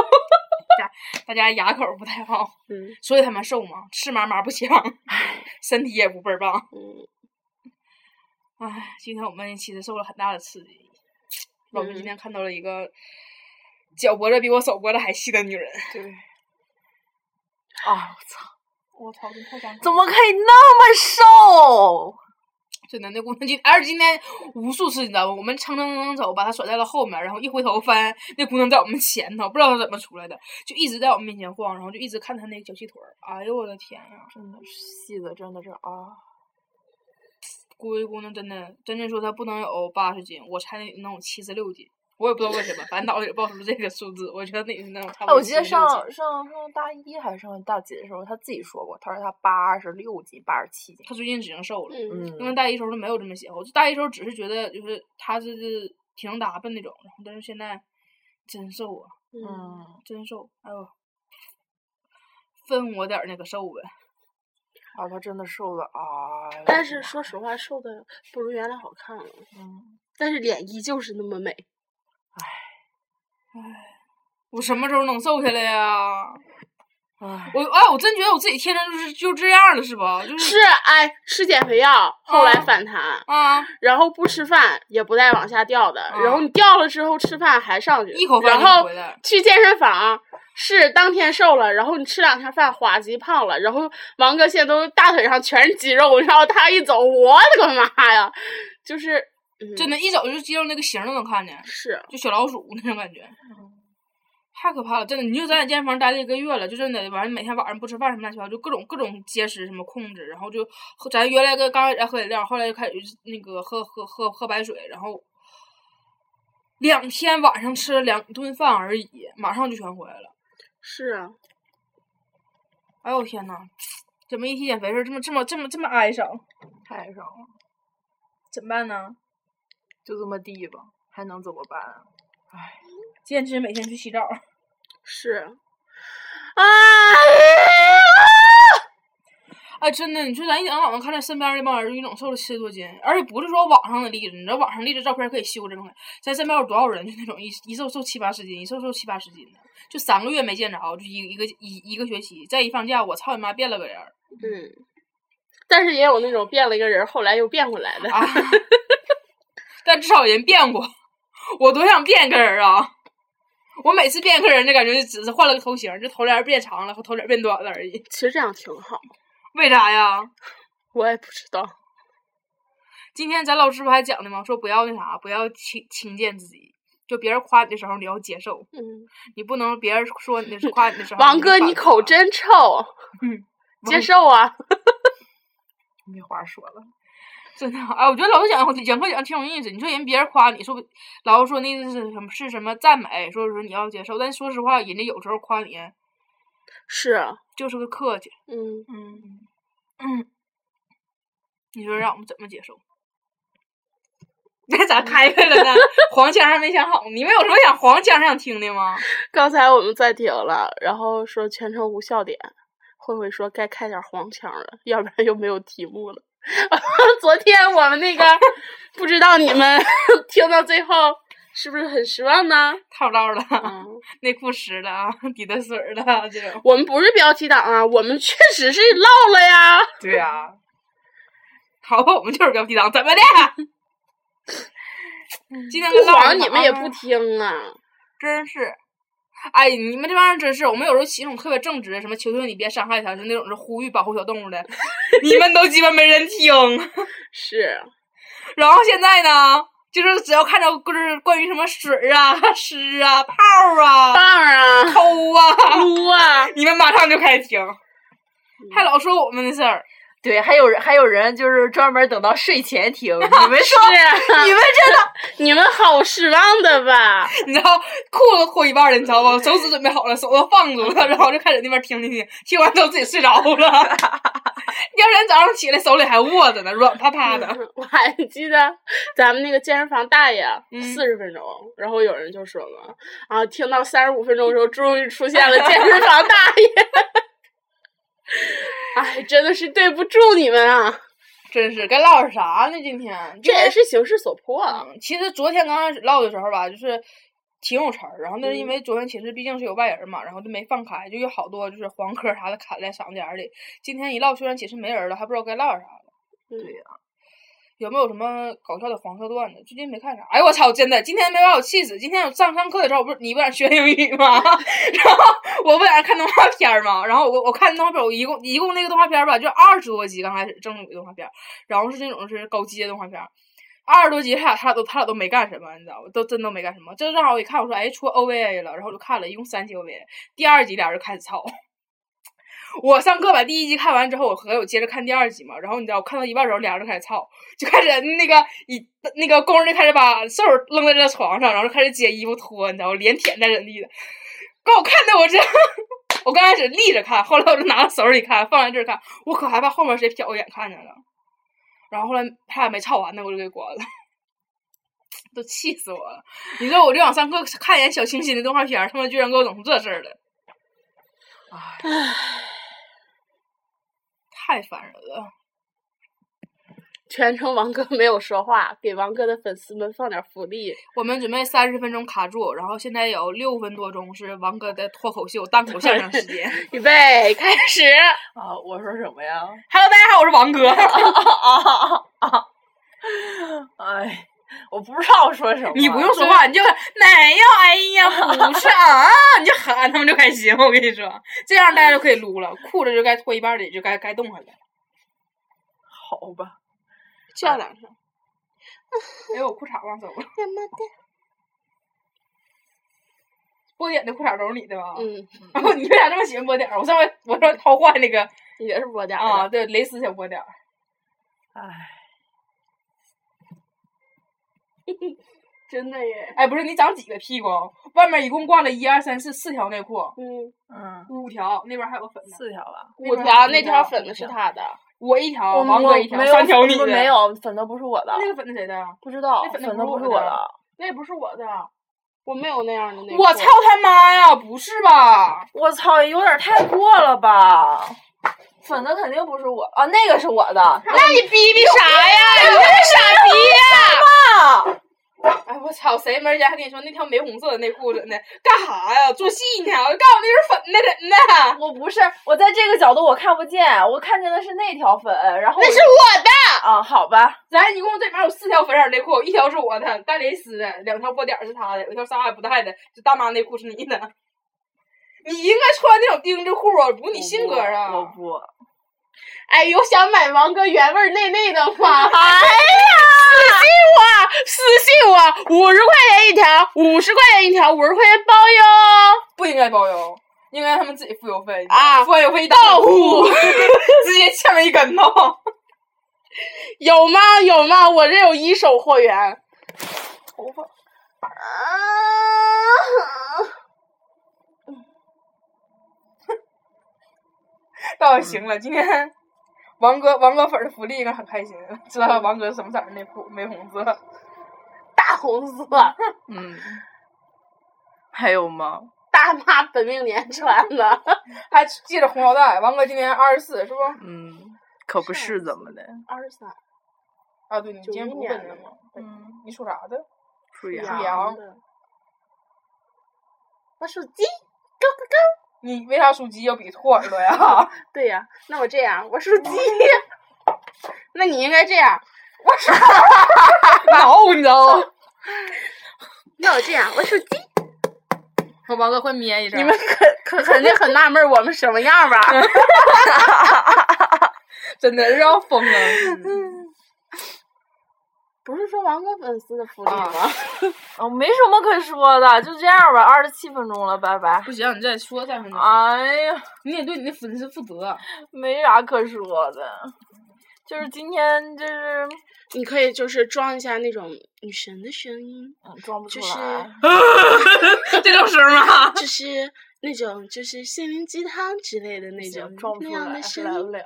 [SPEAKER 4] 大家牙口不太好，
[SPEAKER 5] 嗯
[SPEAKER 4] 所以他们瘦嘛，吃嘛嘛不香， 身体也不倍儿棒。
[SPEAKER 5] 嗯，
[SPEAKER 4] 唉，今天我们其实受了很大的刺激。老师今
[SPEAKER 5] 嗯
[SPEAKER 4] 天看到了一个脚脖子比我手脖子还细的女人，
[SPEAKER 6] 对。啊！我操，
[SPEAKER 4] 我操，真太伤
[SPEAKER 6] 怎么可以那么瘦？
[SPEAKER 4] 真的，那姑娘今，而且今天无数次，你知道吗？我们蹭蹭蹭蹭走，把她甩在了后面儿，然后一回头发现那姑娘在我们前头，不知道她怎么出来的，就一直在我们面前晃，然后就一直看她那个小细腿儿。哎呦我的天呀、
[SPEAKER 6] 真的是细的，真的是啊，
[SPEAKER 4] 估计姑娘真的，真正说她不能有八十斤，我猜能有七十六斤，我也不知道为什么，反正脑子里爆出这个数字，我觉得那能有差不
[SPEAKER 6] 哎，
[SPEAKER 4] 多。
[SPEAKER 6] 我记得上上上大一还是上大几的时候，他自己说过，他说他八十六斤、八十七斤。
[SPEAKER 4] 她最近只能瘦了，
[SPEAKER 5] 嗯
[SPEAKER 4] 因为大一时候都没有这么邪乎，就大一时候只是觉得就是她是挺能打扮那种，然后但是现在真瘦啊。
[SPEAKER 5] 嗯，
[SPEAKER 6] 嗯，
[SPEAKER 4] 真瘦，哎呦，分我点儿那个瘦呗。
[SPEAKER 6] 啊，他真的瘦了啊！哎呦
[SPEAKER 5] 但是说实话，瘦的不如原来好看了，
[SPEAKER 6] 嗯，
[SPEAKER 5] 但是脸依旧是那么美。，
[SPEAKER 4] 我什么时候能瘦下来呀、
[SPEAKER 6] 唉，
[SPEAKER 4] 我哎，我真觉得我自己天生就是就这样了，是吧？就是
[SPEAKER 5] 哎，吃减肥药，后来
[SPEAKER 4] 啊
[SPEAKER 5] 反弹，
[SPEAKER 4] 啊，
[SPEAKER 5] 然后不吃饭也不带往下掉的，然后
[SPEAKER 4] 啊
[SPEAKER 5] 你掉了之后吃饭还上去，
[SPEAKER 4] 一口饭
[SPEAKER 5] 然
[SPEAKER 4] 就
[SPEAKER 5] 后
[SPEAKER 4] 回来
[SPEAKER 5] 去健身房是当天瘦了，然后你吃两天饭哗极胖了，然后王哥现在都大腿上全是肌肉，然后他一走，我的个妈呀，就是、嗯、
[SPEAKER 4] 真的，一走就肌肉那个型儿都能看见，
[SPEAKER 5] 是
[SPEAKER 4] 就小老鼠那种感觉。太可怕了，真的！你就咱在健身房待了一个月了，就真的，完了每天晚上不吃饭什么乱七八糟，就各种各种节食什么控制，然后就喝咱原来跟刚开始爱喝饮料，后来就开始那个喝喝喝喝白水，然后两天晚上吃了两顿饭而已，马上就全回来了。
[SPEAKER 5] 是啊，
[SPEAKER 4] 哎呦我天呐，怎么一提减肥事儿这么这么这么这么哀伤？
[SPEAKER 6] 太伤了，
[SPEAKER 4] 怎么办呢？
[SPEAKER 6] 就这么地吧，还能怎么办啊？
[SPEAKER 4] 坚持每天去洗澡。
[SPEAKER 5] 啊是，哎呀，
[SPEAKER 4] 哎，真的，你说咱一天到晚能看见身边这帮人一整瘦了七十多斤，而且不是说网上的例子，你知道网上例子照片可以修正的，咱身边有多少人就那种一一瘦瘦七八十斤，一瘦瘦七八十斤的，就三个月没见着，就一个一个一一个学期，再一放假，我操你妈变了个人儿
[SPEAKER 5] 嗯，但是也有那种变了一个人，后来又变回来的。
[SPEAKER 4] 啊！但至少人变过，我多想变个人啊！我每次变个人的感觉就只是换了个头型，就头帘儿变长了和头帘儿变短了而已。
[SPEAKER 5] 其实这样挺好，
[SPEAKER 4] 为啥呀？
[SPEAKER 5] 我也不知道。
[SPEAKER 4] 今天咱老师不还讲的吗？说不要那啥，不要轻轻贱自己。就别人夸你的时候，你要接受，
[SPEAKER 5] 嗯，
[SPEAKER 4] 你不能别人说你的是夸你的时候。
[SPEAKER 5] 王哥，
[SPEAKER 4] 就
[SPEAKER 5] 你
[SPEAKER 4] 反
[SPEAKER 5] 口
[SPEAKER 4] 夸，
[SPEAKER 5] 真臭，接
[SPEAKER 4] 王
[SPEAKER 5] 受啊。
[SPEAKER 6] 没话说了。
[SPEAKER 4] 真的。哎，我觉得老师讲讲课讲得挺有意思。你说人别人夸你说不，老师说那是什么是什么赞美，说说你要接受。但说实话，人家有时候夸你
[SPEAKER 5] 是，啊
[SPEAKER 4] 就是个客气。
[SPEAKER 5] 嗯，
[SPEAKER 6] 嗯，
[SPEAKER 4] 你说让我们怎么接受？ 那咋开开了呢？黄腔还没想好，你们有什么想黄腔想听的吗？
[SPEAKER 5] 刚才我们暂停了，然后说全程无笑点。慧慧说该开点黄腔了，要不然又没有题目了。 昨天我们那个，不知道你们 听到最后是不是很失望呢？
[SPEAKER 4] 套道了，
[SPEAKER 5] 嗯。
[SPEAKER 4] 内裤湿了啊，底子水儿了这 种。
[SPEAKER 5] 我们不是标题党啊，我们确实是 唠了呀。
[SPEAKER 4] 对
[SPEAKER 6] 啊
[SPEAKER 4] 呀、
[SPEAKER 5] 啊
[SPEAKER 4] 好吧，我们就是标题党，怎么的？今天
[SPEAKER 5] 嗯不
[SPEAKER 4] 跟唠
[SPEAKER 5] 黄
[SPEAKER 4] 一
[SPEAKER 5] 你
[SPEAKER 4] 场
[SPEAKER 5] 们也
[SPEAKER 4] 啊
[SPEAKER 5] 不听啊，
[SPEAKER 4] 真是，哎，你们这帮人真是，我们有时候起那种特别正直，什么求求你别伤害它，就那种是呼吁保护小动 物的，你们都鸡巴没人听。
[SPEAKER 5] 是
[SPEAKER 4] 然后现在呢，就是只要看着就是关于什么水儿啊、 湿啊、泡儿
[SPEAKER 5] 棒
[SPEAKER 4] 啊、
[SPEAKER 5] 啊，
[SPEAKER 4] 抠啊，
[SPEAKER 5] 撸啊，
[SPEAKER 4] 你们马上就开始听，还老说我们的事儿。
[SPEAKER 6] 对，还有人还有人就是专门等到睡前 听，你们说
[SPEAKER 5] 是啊
[SPEAKER 6] 你们真的
[SPEAKER 5] 你们好失望的吧？
[SPEAKER 4] 你知道裤子脱一半了，你知道吧？手指准备好了，手都放住了，然后就开始那边听听听，听完之后自己睡着了。 第二天早上起来手里还握着呢，软趴趴的。
[SPEAKER 5] 我还记得咱们那个健身房大爷
[SPEAKER 4] 嗯
[SPEAKER 5] 四十分钟，然后有人就说嘛，啊，听到三十五分钟的时候，终于出现了健身房大爷。 哎，真的是对不住你们啊！
[SPEAKER 4] 真是该唠点啥呢？今天
[SPEAKER 5] 这也是形势所迫啊。
[SPEAKER 4] 嗯其实昨天刚开始唠的时候吧，就是挺有词儿，然后但是因为昨天寝室毕竟是有外人嘛，然后就没放开，就有好多就是黄科啥的砍在嗓子眼儿里。今天一唠，虽然寝室没人了，还不知道该唠啥了。
[SPEAKER 5] 对
[SPEAKER 4] 呀、有没有什么搞笑的黄色段子？最近没看啥。哎呦我操！真的，今天没把我气死。今天我上上课的时候，我不是你不想学英语吗？ 然后我不在那看动画片儿吗？然后我我看动画片儿，我一共一共那个动画片儿吧，就二十多集，刚开始正经动画片儿，然后是那种是高阶动画片儿。二十多集，他俩他俩都他俩都没干什么，你知道吧？都真都没干什么。这正好我一看，我说哎，出 OVA 了，然后我就看了，一共三集 OVA。第二集俩人开始吵。 我上课把第一集看完之后，我合计我接着看第二集嘛，然后你知道我看到一半的时候，俩人就开始吵，就开始那个一那个工人就开始把兽儿扔在这床上，然后就开始解衣服脱，你知道吗？连舔带忍地的，给我看的我这， 我刚开始立着看，后来我就拿到手里看，放在这儿看，我可害怕后面谁瞟我一眼看见了。然后后来他俩没吵完呢，我就给关了， 都气死我了！你说我就想上课看一眼小清新的动画片儿，他们居然给我整出这事儿来，哎太烦人了。
[SPEAKER 5] 全程王哥没有说话，给王哥的粉丝们放点福利。
[SPEAKER 4] 我们准备三十分钟卡住，然后现在有六分多钟是王哥的脱口秀、单口相声时 间。
[SPEAKER 5] 预备，开始！
[SPEAKER 6] 啊！我说什么 呀？
[SPEAKER 4] Hello，大家好，我是王 哥。
[SPEAKER 6] 啊 哎，我不知道说什么。
[SPEAKER 4] 你不用说话，你就没有，哎呀，不是啊，你就喊他们就开心。我跟你说，这样大家就可以撸了，裤子就该脱一半儿的，就该该冻上了。
[SPEAKER 6] 好吧？
[SPEAKER 4] 叫两声。哎，我裤衩忘走了。波点的裤衩都是你的吧？
[SPEAKER 5] 嗯，
[SPEAKER 4] 然 后你为啥这么喜欢波点儿？我上回我上回淘换那个
[SPEAKER 5] 也是播点儿的
[SPEAKER 4] 啊，对，蕾丝小波点儿。
[SPEAKER 6] 哎，
[SPEAKER 5] 真的耶。
[SPEAKER 4] 哎，不是你长几个屁股？外面一共挂了一二三四四条内裤，
[SPEAKER 5] 嗯，
[SPEAKER 6] 嗯，
[SPEAKER 4] 五条，那边还有个粉的。
[SPEAKER 6] 四条吧。
[SPEAKER 5] 五
[SPEAKER 4] 边
[SPEAKER 5] 条
[SPEAKER 4] 五
[SPEAKER 5] 那
[SPEAKER 4] 条
[SPEAKER 5] 条粉的
[SPEAKER 6] 五
[SPEAKER 5] 是
[SPEAKER 6] 条
[SPEAKER 5] 他的，
[SPEAKER 4] 我一条，
[SPEAKER 6] 我
[SPEAKER 4] 王
[SPEAKER 6] 我
[SPEAKER 4] 哥一条
[SPEAKER 6] 没，有
[SPEAKER 4] 三条你的。
[SPEAKER 6] 粉的没。有粉的不是我的，
[SPEAKER 4] 那个粉是谁的呀？
[SPEAKER 6] 不知道
[SPEAKER 4] 那粉的
[SPEAKER 6] 粉的
[SPEAKER 4] 不
[SPEAKER 6] 不
[SPEAKER 4] 是
[SPEAKER 6] 是
[SPEAKER 4] 我
[SPEAKER 6] 我
[SPEAKER 4] 的
[SPEAKER 6] 的。
[SPEAKER 4] 那也不是我的。
[SPEAKER 5] 我没有那样的内裤。
[SPEAKER 4] 我操！他妈呀！不是吧？
[SPEAKER 6] 我操，有点太过了吧？粉的肯定不是我啊，那个是我的。
[SPEAKER 4] 哎
[SPEAKER 5] 那你逼逼啥呀？你这是傻逼呀！
[SPEAKER 4] 哎，我操！谁门儿家还跟你说那条玫红色的内裤怎的？干啥呀？做戏呢？我告诉你那是粉的，怎的？
[SPEAKER 6] 我不是，我在这个角度我看不见，我看见的是那条粉，然后
[SPEAKER 5] 那
[SPEAKER 6] 我
[SPEAKER 5] 是
[SPEAKER 6] 就
[SPEAKER 5] 我的，
[SPEAKER 6] 啊，好吧，
[SPEAKER 4] 咱一共这里面有四条粉色内裤，一条是我的，带蕾丝的，两条波点儿是他的，有一条啥也不带的，就大妈内裤是你的。你应该穿那种丁字裤啊，不你性格啊！
[SPEAKER 6] 我不，我
[SPEAKER 5] 哎呦，想买王哥原味内内的吗？ 哎呀，私信我，私信我，啊五十块钱一条，五十块钱一条，五十块钱包哟。
[SPEAKER 4] 不应该包邮，应该让他们自己付邮费
[SPEAKER 5] 啊
[SPEAKER 4] 付完邮费一到户， 直接欠了一跟头。
[SPEAKER 5] 有吗？有吗？我这有一手货源。
[SPEAKER 4] 头发倒也行了，今天 王哥王哥粉儿的福利应该很开心，知道王哥什么色儿的内裤，玫红色。
[SPEAKER 5] 大红色，
[SPEAKER 6] 嗯，还有吗？
[SPEAKER 5] 大妈本命年穿的。
[SPEAKER 4] 还系着红腰带。王哥今年二十四，是不？
[SPEAKER 6] 嗯，可不是怎么的，
[SPEAKER 5] 二十三，
[SPEAKER 4] 啊，对，你今年
[SPEAKER 5] 91
[SPEAKER 4] 不本
[SPEAKER 5] 年
[SPEAKER 4] 人
[SPEAKER 5] 的
[SPEAKER 4] 吗？
[SPEAKER 6] 嗯，
[SPEAKER 4] 你属啥的？
[SPEAKER 6] 属
[SPEAKER 4] 属
[SPEAKER 6] 羊，
[SPEAKER 4] 羊
[SPEAKER 5] 的。我属鸡。
[SPEAKER 4] 你为啥属鸡要比兔耳朵呀？
[SPEAKER 5] 对呀、那我这样，我属鸡。哦那你应该这样，
[SPEAKER 4] 挠你知道吗？
[SPEAKER 5] 那我这样，我属鸡。
[SPEAKER 4] 我王哥会咩一声。
[SPEAKER 5] 你们可可肯定很纳闷儿我们什么样儿吧？
[SPEAKER 4] 真的是要疯了。 嗯
[SPEAKER 5] 不是说王哥粉丝的福利吗？
[SPEAKER 4] 啊
[SPEAKER 6] 哦，没什么可说的，就这样吧，二十七分钟了，拜拜。
[SPEAKER 4] 不行，你再说三分钟，
[SPEAKER 6] 哎呀，
[SPEAKER 4] 你得对你的粉丝负责。
[SPEAKER 6] 没啥可说的，就是今天就是
[SPEAKER 5] 你可以就是装一下那种女神的声音，
[SPEAKER 6] 嗯装不出
[SPEAKER 5] 就
[SPEAKER 6] 来，
[SPEAKER 5] 是
[SPEAKER 4] 这种声吗？
[SPEAKER 5] 就是那种就是心灵鸡汤之类的
[SPEAKER 6] 不
[SPEAKER 5] 那
[SPEAKER 6] 行
[SPEAKER 5] 种
[SPEAKER 6] 装不
[SPEAKER 5] 那
[SPEAKER 6] 出
[SPEAKER 5] 样
[SPEAKER 6] 来，
[SPEAKER 5] 的声
[SPEAKER 6] 来不
[SPEAKER 5] 音，
[SPEAKER 6] 了。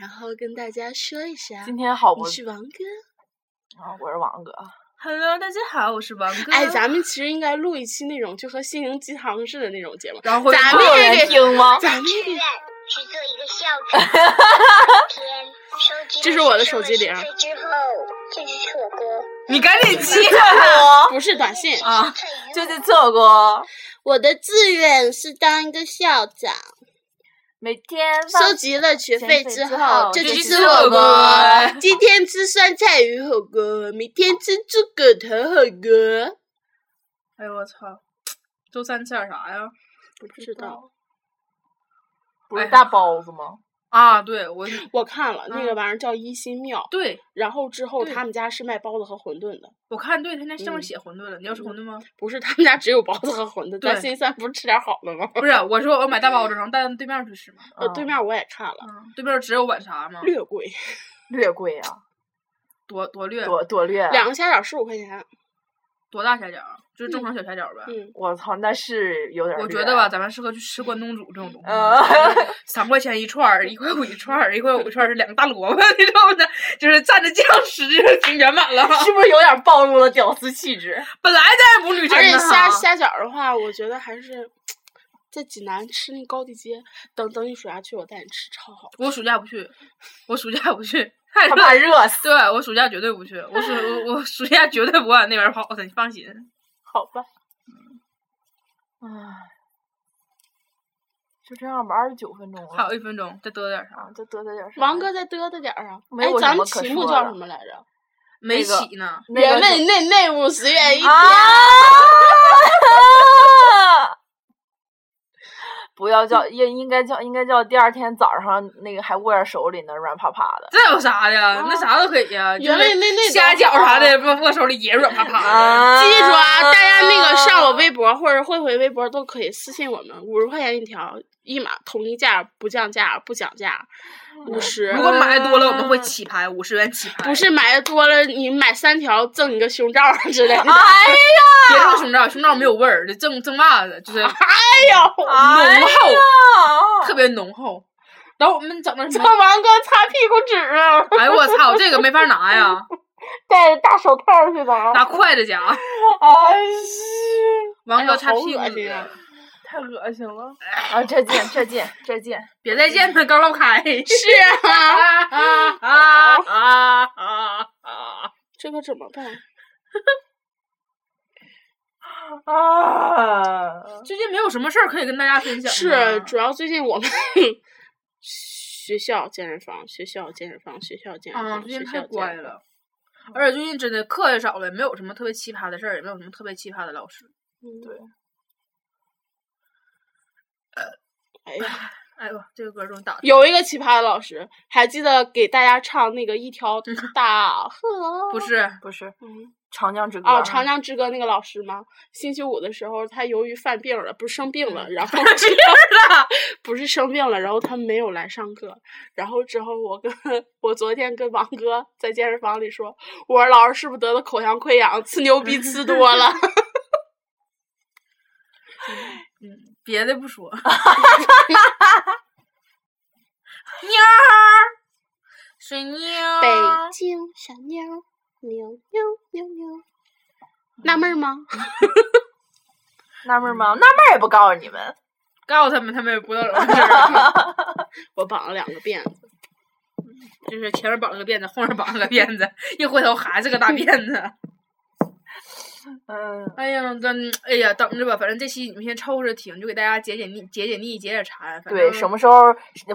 [SPEAKER 5] 然后跟大家说一下，
[SPEAKER 6] 今天好不
[SPEAKER 5] 你是王哥。
[SPEAKER 6] 啊，我是王哥，
[SPEAKER 4] Hello，大家好，我是王哥
[SPEAKER 5] 哎，咱们其实应该录一期那种就和心灵鸡汤似的那种节目，
[SPEAKER 4] 然后会
[SPEAKER 5] 咱们
[SPEAKER 4] 放
[SPEAKER 5] 也
[SPEAKER 4] 人
[SPEAKER 5] 得
[SPEAKER 6] 听吗？
[SPEAKER 5] 咱们也得
[SPEAKER 3] 去做一个校长。天，收集
[SPEAKER 5] 这是我的手机铃
[SPEAKER 3] 了学生的心肺之后，这是我歌。
[SPEAKER 4] 你赶 紧接。
[SPEAKER 5] 不是短信
[SPEAKER 4] 啊，
[SPEAKER 6] 就是这个，
[SPEAKER 3] 我的志愿是当一个校长。
[SPEAKER 6] 每天放
[SPEAKER 5] 收集了学费之
[SPEAKER 6] 学费之后
[SPEAKER 5] 后，就
[SPEAKER 6] 就
[SPEAKER 5] 去
[SPEAKER 6] 去
[SPEAKER 5] 吃
[SPEAKER 6] 吃
[SPEAKER 5] 火
[SPEAKER 6] 火
[SPEAKER 5] 锅
[SPEAKER 4] 锅。
[SPEAKER 5] 今天吃酸菜鱼火锅，明天吃猪骨头火锅。
[SPEAKER 4] 哎呦我操！周三吃点啥呀？
[SPEAKER 5] 不知道，
[SPEAKER 6] 不是大包子吗？
[SPEAKER 4] 啊，对 我
[SPEAKER 5] 我看了那个
[SPEAKER 4] 嗯
[SPEAKER 5] 玩意儿叫一心庙，
[SPEAKER 4] 对
[SPEAKER 5] 然后之后
[SPEAKER 4] 对
[SPEAKER 5] 他们家是卖包子和馄饨的，
[SPEAKER 4] 我看对他那上面
[SPEAKER 5] 嗯
[SPEAKER 4] 写馄饨了，你要吃馄饨吗？
[SPEAKER 5] 不是他们家只有包子和馄饨。咱
[SPEAKER 4] 对
[SPEAKER 5] 新一三不是吃点好的吗？
[SPEAKER 4] 不是，我说我要买大包子，然后带对面去吃嘛。
[SPEAKER 5] 呃，
[SPEAKER 6] 嗯
[SPEAKER 5] 对面我也看了，
[SPEAKER 4] 对面只有晚茶嘛，
[SPEAKER 5] 略贵，
[SPEAKER 6] 略贵啊，
[SPEAKER 4] 多多略
[SPEAKER 6] 多多略。啊
[SPEAKER 5] 两个虾饺十五块钱。
[SPEAKER 4] 多大虾饺儿？就是正常小虾饺儿呗。
[SPEAKER 5] 嗯，
[SPEAKER 6] 我操，那是有点。啊
[SPEAKER 4] 我觉得吧，，咱们适合去吃关东煮这种东西，
[SPEAKER 6] 嗯
[SPEAKER 4] 三块钱一串儿，一块五一串儿，一块五一串儿是两个大萝卜那种的，就是蘸着酱吃，就是挺圆满了。
[SPEAKER 6] 是不是有点暴露了屌丝气质？
[SPEAKER 4] 本来咱也不是 女神
[SPEAKER 5] 而且
[SPEAKER 4] 呢
[SPEAKER 5] 虾虾饺的话，我觉得还是在济南吃那高地街。等等你暑假去，我带你吃，超好。
[SPEAKER 4] 我暑假不去，我暑假不去，太
[SPEAKER 6] 他
[SPEAKER 4] 热。
[SPEAKER 6] 怕热死。
[SPEAKER 4] 哎对我暑假绝对不去，我暑我我暑假绝对不往那边跑的，你放心。
[SPEAKER 6] 好吧。嗯唉，就这样吧，二十九分钟
[SPEAKER 4] 还
[SPEAKER 6] 了
[SPEAKER 4] 有一分钟，再嘚点啥？
[SPEAKER 6] 啊，就得罪点啥
[SPEAKER 5] 王哥再嘚嘚点儿啊！
[SPEAKER 6] 没
[SPEAKER 5] 哎
[SPEAKER 6] 有，
[SPEAKER 5] 咱
[SPEAKER 6] 什么
[SPEAKER 5] 们
[SPEAKER 6] 可
[SPEAKER 5] 题目
[SPEAKER 6] 说
[SPEAKER 5] 叫
[SPEAKER 6] 的
[SPEAKER 5] 什么来着？
[SPEAKER 4] 没
[SPEAKER 6] 那个
[SPEAKER 4] 起呢，
[SPEAKER 6] 那个啊
[SPEAKER 5] 人
[SPEAKER 6] 是
[SPEAKER 5] 类内内五十元一天。
[SPEAKER 6] 啊！ 不要叫，应应该叫，应该叫第二天早上那个还握在手里呢，软趴趴的。
[SPEAKER 4] 这有啥的呀？那啥都可以呀，就
[SPEAKER 5] 啊原来
[SPEAKER 4] 是
[SPEAKER 5] 那那
[SPEAKER 4] 虾
[SPEAKER 5] 东西
[SPEAKER 4] 饺啥
[SPEAKER 5] 啊
[SPEAKER 4] 的，握握手里也软趴趴的。
[SPEAKER 6] 啊
[SPEAKER 5] 记住啊，大家那个上我微博或者慧慧微博都可以私信我们，五十块钱一条，一码统一价，不降价，不讲价，五十。
[SPEAKER 4] 如果买的多了，我们会起拍，五十元起拍。
[SPEAKER 5] 啊不是买的多了，你买三条赠你个胸罩儿之类的。
[SPEAKER 6] 哎
[SPEAKER 4] 别
[SPEAKER 5] 啊
[SPEAKER 4] 赠胸罩，胸罩没有味儿，就赠赠袜子，就是
[SPEAKER 5] 哎
[SPEAKER 6] 啊
[SPEAKER 5] 呦，
[SPEAKER 4] 浓厚，
[SPEAKER 6] 呀，
[SPEAKER 4] 特别浓厚。然后我们整的什
[SPEAKER 5] 这
[SPEAKER 4] 么？
[SPEAKER 5] 王哥擦屁股纸啊，
[SPEAKER 4] 哎我操，这个没法拿呀，
[SPEAKER 5] 戴着大手套去的啊。
[SPEAKER 4] 拿筷子夹。
[SPEAKER 6] 哎呀，
[SPEAKER 4] 王
[SPEAKER 5] 哎
[SPEAKER 4] 哥
[SPEAKER 5] 呦
[SPEAKER 4] 擦
[SPEAKER 5] 好
[SPEAKER 4] 屁股
[SPEAKER 5] 恶心啊
[SPEAKER 4] 的，
[SPEAKER 6] 太恶心了啊！再见，再见，再见。
[SPEAKER 4] 别再见了，刚唠开。 是
[SPEAKER 7] 是 啊，
[SPEAKER 4] 啊啊啊啊啊！
[SPEAKER 5] 这可怎么办？
[SPEAKER 6] 啊！
[SPEAKER 4] 最近没有什么事儿可以跟大家分享。
[SPEAKER 5] 是，啊主要最近我们 学校健身房，学校健身房，学校健身
[SPEAKER 4] 啊，
[SPEAKER 5] 房，
[SPEAKER 4] 最
[SPEAKER 5] 学
[SPEAKER 4] 近
[SPEAKER 5] 校
[SPEAKER 4] 太
[SPEAKER 5] 健
[SPEAKER 4] 乖
[SPEAKER 5] 身
[SPEAKER 4] 了，
[SPEAKER 6] 嗯
[SPEAKER 4] 而且最近真的课也少了，也没有什么特别奇葩的事儿，也没有什么特别奇葩的老师。
[SPEAKER 5] 嗯房。哎呀，
[SPEAKER 4] 哎呦，这个歌终于打住
[SPEAKER 5] 有一个奇葩的老师，还记得给大家唱那个一 条大河，
[SPEAKER 4] 不是
[SPEAKER 6] 不是
[SPEAKER 5] 嗯
[SPEAKER 6] 长江之歌啊
[SPEAKER 5] 哦，《长江之歌》那个老师吗？星期五的时候，他由于犯病了，不是生病了，然 后这样了， 不是生病了，然后他没有来上课。然后之后，我跟我昨天跟王哥在健身房里说，我说老师是不是得了口腔溃疡，吃牛逼吃多了？
[SPEAKER 4] 别的不 说，妞儿，水妞儿，
[SPEAKER 5] 北京小妞儿，妞妞妞妞，纳闷儿吗？
[SPEAKER 6] 纳闷儿吗？纳闷儿也不告诉你们。
[SPEAKER 4] 告诉他们，他们也不知道怎么回事儿
[SPEAKER 5] 我绑了两个辫子，
[SPEAKER 4] 就是前面绑了个辫子，后面绑了个辫子，一回头还是个大辫子。
[SPEAKER 6] 嗯，
[SPEAKER 4] 哎呀，真哎呀，等着吧，反正这期你们先凑合着听，就给大家解解腻、解解腻、解解馋。反
[SPEAKER 6] 对，
[SPEAKER 4] 正
[SPEAKER 6] 什么时候？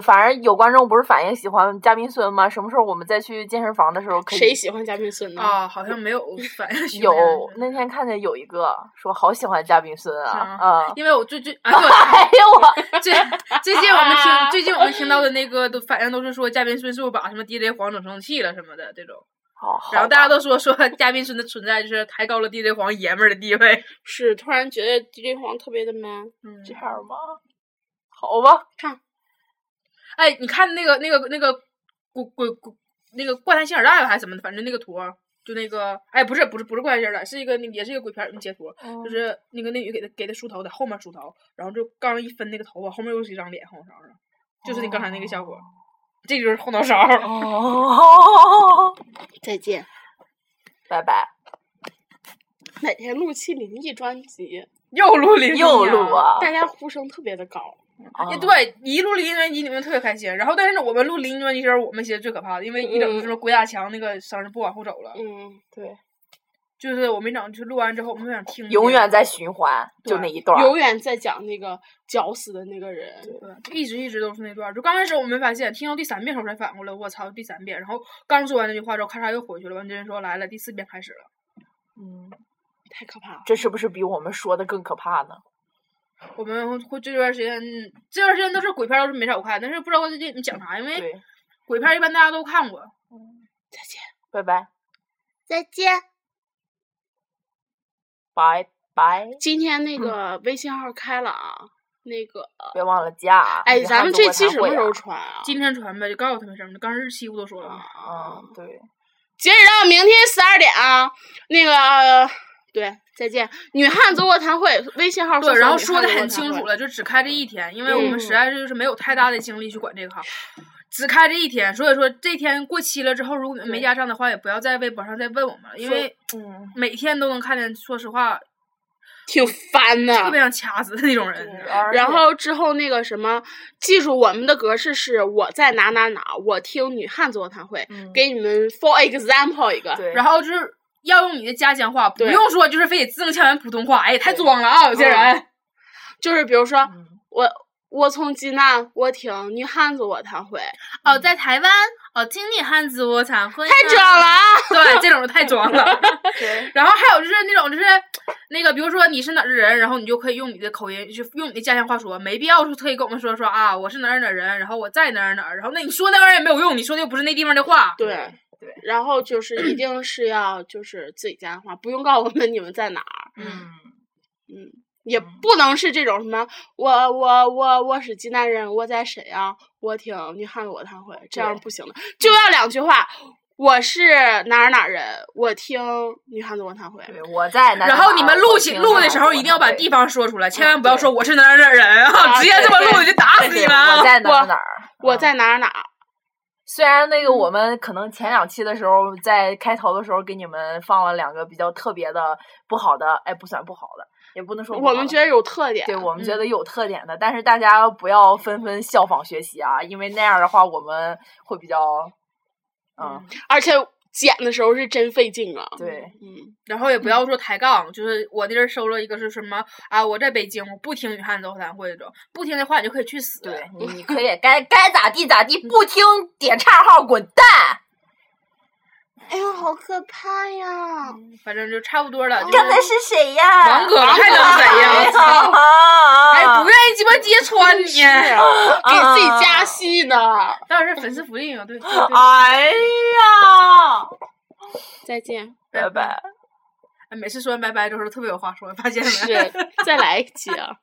[SPEAKER 6] 反正有观众不是反映喜欢嘉宾孙吗？什么时候我们再去健身房的时候可以？
[SPEAKER 5] 谁喜欢嘉宾孙呢？
[SPEAKER 4] 啊？好像没有反应熊
[SPEAKER 6] 嗯有
[SPEAKER 4] 猫
[SPEAKER 6] 那天看见有一个说好喜欢嘉宾孙啊
[SPEAKER 4] 是吗
[SPEAKER 6] 啊！嗯
[SPEAKER 4] 因为我最最 哎呦，
[SPEAKER 6] 哎呦我
[SPEAKER 4] 最最近我们听最近我们听到的那个都反应都是说嘉宾孙是不是把什么 DJ 黄整生气了什么的这种，
[SPEAKER 6] 好，好
[SPEAKER 4] 然后大
[SPEAKER 6] 吧
[SPEAKER 4] 家都说说嘉宾孙的存在就是抬高了 DJ 黄爷们儿的地位。
[SPEAKER 5] 是突然觉得 DJ 黄特别的 man，
[SPEAKER 4] 嗯
[SPEAKER 6] 这样吧，好吧，
[SPEAKER 4] 哎，你看那个那个那个鬼鬼鬼那个怪谈新耳袋吧还是什么的，反正那个图儿就那个哎不是不是不是怪谈新耳袋，是一个那个也是一个鬼片儿截
[SPEAKER 6] 哦
[SPEAKER 4] 图，就是那个那女给他给他梳头，在后面梳头，然后就刚一分那个头发，后面又是一张脸后脑勺上，就是你刚才那个效果，这就是后脑勺。
[SPEAKER 6] 哦，
[SPEAKER 5] 再见。
[SPEAKER 6] 拜拜，
[SPEAKER 5] 哪天录期灵异专辑，
[SPEAKER 4] 又录林
[SPEAKER 6] 又录啊！
[SPEAKER 5] 大家呼声特别的高。
[SPEAKER 6] 啊
[SPEAKER 4] 也哎对，一录林音专辑你们特别开心，然后但是我们录林音专辑时候，我们其实最可怕的，因为一整
[SPEAKER 5] 嗯
[SPEAKER 4] 就说鬼打墙那个声儿不往后走了，
[SPEAKER 5] 嗯，
[SPEAKER 6] 对，
[SPEAKER 4] 就是我们一整就录完之后，我们就想听一
[SPEAKER 6] 永
[SPEAKER 4] 遍
[SPEAKER 6] 远在循环，就
[SPEAKER 4] 对
[SPEAKER 6] 那一段儿。
[SPEAKER 5] 永远在讲那个绞死的那个人。
[SPEAKER 4] 对，一直一直都是那段儿。就刚开始我没发现，听到第三遍时候才反过来，我操，第三遍。然后刚说完那句话之后，咔嚓又回去了。完之前说来了，第四遍开始了。
[SPEAKER 6] 嗯，
[SPEAKER 5] 太可怕了。
[SPEAKER 6] 这是不是比我们说的更可怕呢？
[SPEAKER 4] 我们会这段时间，嗯这段时间都是鬼片，倒是没少看，但是不知道最近你们讲啥，因为
[SPEAKER 6] 对，啊
[SPEAKER 4] 鬼片一般大家都看过。
[SPEAKER 5] 再见。
[SPEAKER 6] 拜拜，
[SPEAKER 3] 再见。
[SPEAKER 6] 拜拜，
[SPEAKER 5] 今天
[SPEAKER 4] 嗯
[SPEAKER 5] 那个微信号开了啊，那个
[SPEAKER 6] 别忘了加啊。
[SPEAKER 5] 哎，
[SPEAKER 6] 约
[SPEAKER 5] 咱
[SPEAKER 6] 翰
[SPEAKER 5] 们
[SPEAKER 6] 做
[SPEAKER 5] 这
[SPEAKER 6] 过
[SPEAKER 5] 期
[SPEAKER 6] 谈
[SPEAKER 5] 什么
[SPEAKER 6] 会
[SPEAKER 5] 时
[SPEAKER 6] 啊
[SPEAKER 5] 候？传啊？
[SPEAKER 4] 今天传呗，就告诉他们声，刚日期不都说了吗？
[SPEAKER 5] 啊，
[SPEAKER 6] 嗯，对，
[SPEAKER 5] 截止到明天十二点啊。那个、呃对，再见。女汉子卧谈会微信号搜
[SPEAKER 4] 对，
[SPEAKER 5] 索
[SPEAKER 4] 然后
[SPEAKER 5] 女
[SPEAKER 4] 说
[SPEAKER 5] 汉
[SPEAKER 4] 的
[SPEAKER 5] 子卧谈
[SPEAKER 4] 很清
[SPEAKER 5] 会
[SPEAKER 4] 楚。了，就只开这一天，因为我们实
[SPEAKER 5] 嗯
[SPEAKER 4] 在是就是没有太大的精力去管这个号，只开这一天，所以说这天过期了之后，如果你们没
[SPEAKER 6] 对
[SPEAKER 4] 加上的话，也不要在微博上再问我们了，因
[SPEAKER 6] 说
[SPEAKER 4] 为
[SPEAKER 6] 嗯，
[SPEAKER 4] 每天都能看见，说实话，
[SPEAKER 5] 挺烦的。
[SPEAKER 4] 特别想掐死的那种人。
[SPEAKER 6] 而
[SPEAKER 5] 然
[SPEAKER 6] 且
[SPEAKER 5] 后之后那个什么，记住我们的格式是我在哪哪哪，我听女汉子座谈会，
[SPEAKER 6] 嗯
[SPEAKER 5] 给你们 for example 一个，
[SPEAKER 6] 对，
[SPEAKER 4] 然后就是要用你的家乡话，不
[SPEAKER 5] 对
[SPEAKER 4] 用说就是非得字正腔圆普通话，哎，太装了啊！有些
[SPEAKER 5] 嗯
[SPEAKER 4] 人
[SPEAKER 5] 就是比如说、
[SPEAKER 6] 嗯
[SPEAKER 5] 我我从济南，我听女汉子座谈会，
[SPEAKER 4] 哦，在台湾哦，听你汉字我才会
[SPEAKER 5] 太
[SPEAKER 4] 呢
[SPEAKER 5] 装了啊！
[SPEAKER 4] 对，这种就太 装 了。
[SPEAKER 6] 对
[SPEAKER 4] 然后还有就是那种就是那个，比如说你是哪儿的人，然后你就可以用你的口音，就用你的家乡话说，没必要说特意跟我们说说啊，我是哪儿哪儿人，然后我在哪儿哪儿，然后那你说那玩意儿也没有用，你说的又不是那地方的话。
[SPEAKER 5] 对
[SPEAKER 6] 对
[SPEAKER 5] 然后就是一定是要就是自己家的话，不用告诉我们你们在哪儿，
[SPEAKER 6] 嗯，
[SPEAKER 5] 嗯，也不能是这种什么我我我我是济南人，我在沈阳，我挺女汉子我谈会，这样
[SPEAKER 6] 对
[SPEAKER 5] 不行的，就要两句话。我是哪儿哪儿人，我听女汉子我谈会。
[SPEAKER 6] 对，啊我在南
[SPEAKER 4] 然后你们录起录的时候，一定要把地
[SPEAKER 6] 方
[SPEAKER 4] 方说出来，千万不要
[SPEAKER 6] 对
[SPEAKER 4] 说我是哪儿哪儿人啊，
[SPEAKER 5] 啊
[SPEAKER 4] 直接这么
[SPEAKER 5] 对
[SPEAKER 4] 录我就打死你们
[SPEAKER 6] 我
[SPEAKER 4] 啊！
[SPEAKER 6] 在哪
[SPEAKER 5] 我
[SPEAKER 6] 儿哪儿，
[SPEAKER 5] 我
[SPEAKER 6] 嗯
[SPEAKER 5] 在哪儿哪儿，
[SPEAKER 6] 虽然那个我们可能前两期的时候，在开头的时候给你们放了两个比较特别的不好的，哎，不算不好的，也不能说不
[SPEAKER 5] 我
[SPEAKER 6] 好
[SPEAKER 5] 们
[SPEAKER 6] 的
[SPEAKER 5] 觉得有特点。
[SPEAKER 6] 对我们觉
[SPEAKER 4] 嗯
[SPEAKER 6] 得有特点的，但是大家不要纷纷效仿学习啊，因为那样的话我们会比较，嗯，
[SPEAKER 5] 而且剪的时候是真费劲啊。
[SPEAKER 6] 对，
[SPEAKER 5] 嗯，
[SPEAKER 4] 然后也不要说抬杠，就是我那阵儿收了一个是什么啊？我在北京，我不听雨汉座谈会这种，不听的话你就可以去死。
[SPEAKER 6] 对，你你可以该该咋地咋地，不听点叉号滚蛋。
[SPEAKER 3] 哎呀，好可怕呀！
[SPEAKER 4] 反正就差不多了。就是
[SPEAKER 3] 刚才是谁呀？
[SPEAKER 4] 王哥还能怎样？我操哎，不愿意鸡巴揭穿
[SPEAKER 5] 给
[SPEAKER 4] 你，
[SPEAKER 5] 自己加戏呢。
[SPEAKER 4] 当然是粉丝福利嘛，对 对对。
[SPEAKER 6] 哎呀，
[SPEAKER 5] 再见。
[SPEAKER 6] 拜拜。
[SPEAKER 4] 哎每次说完拜拜的时候特别有话说，发现没？
[SPEAKER 5] 是，再来一期啊。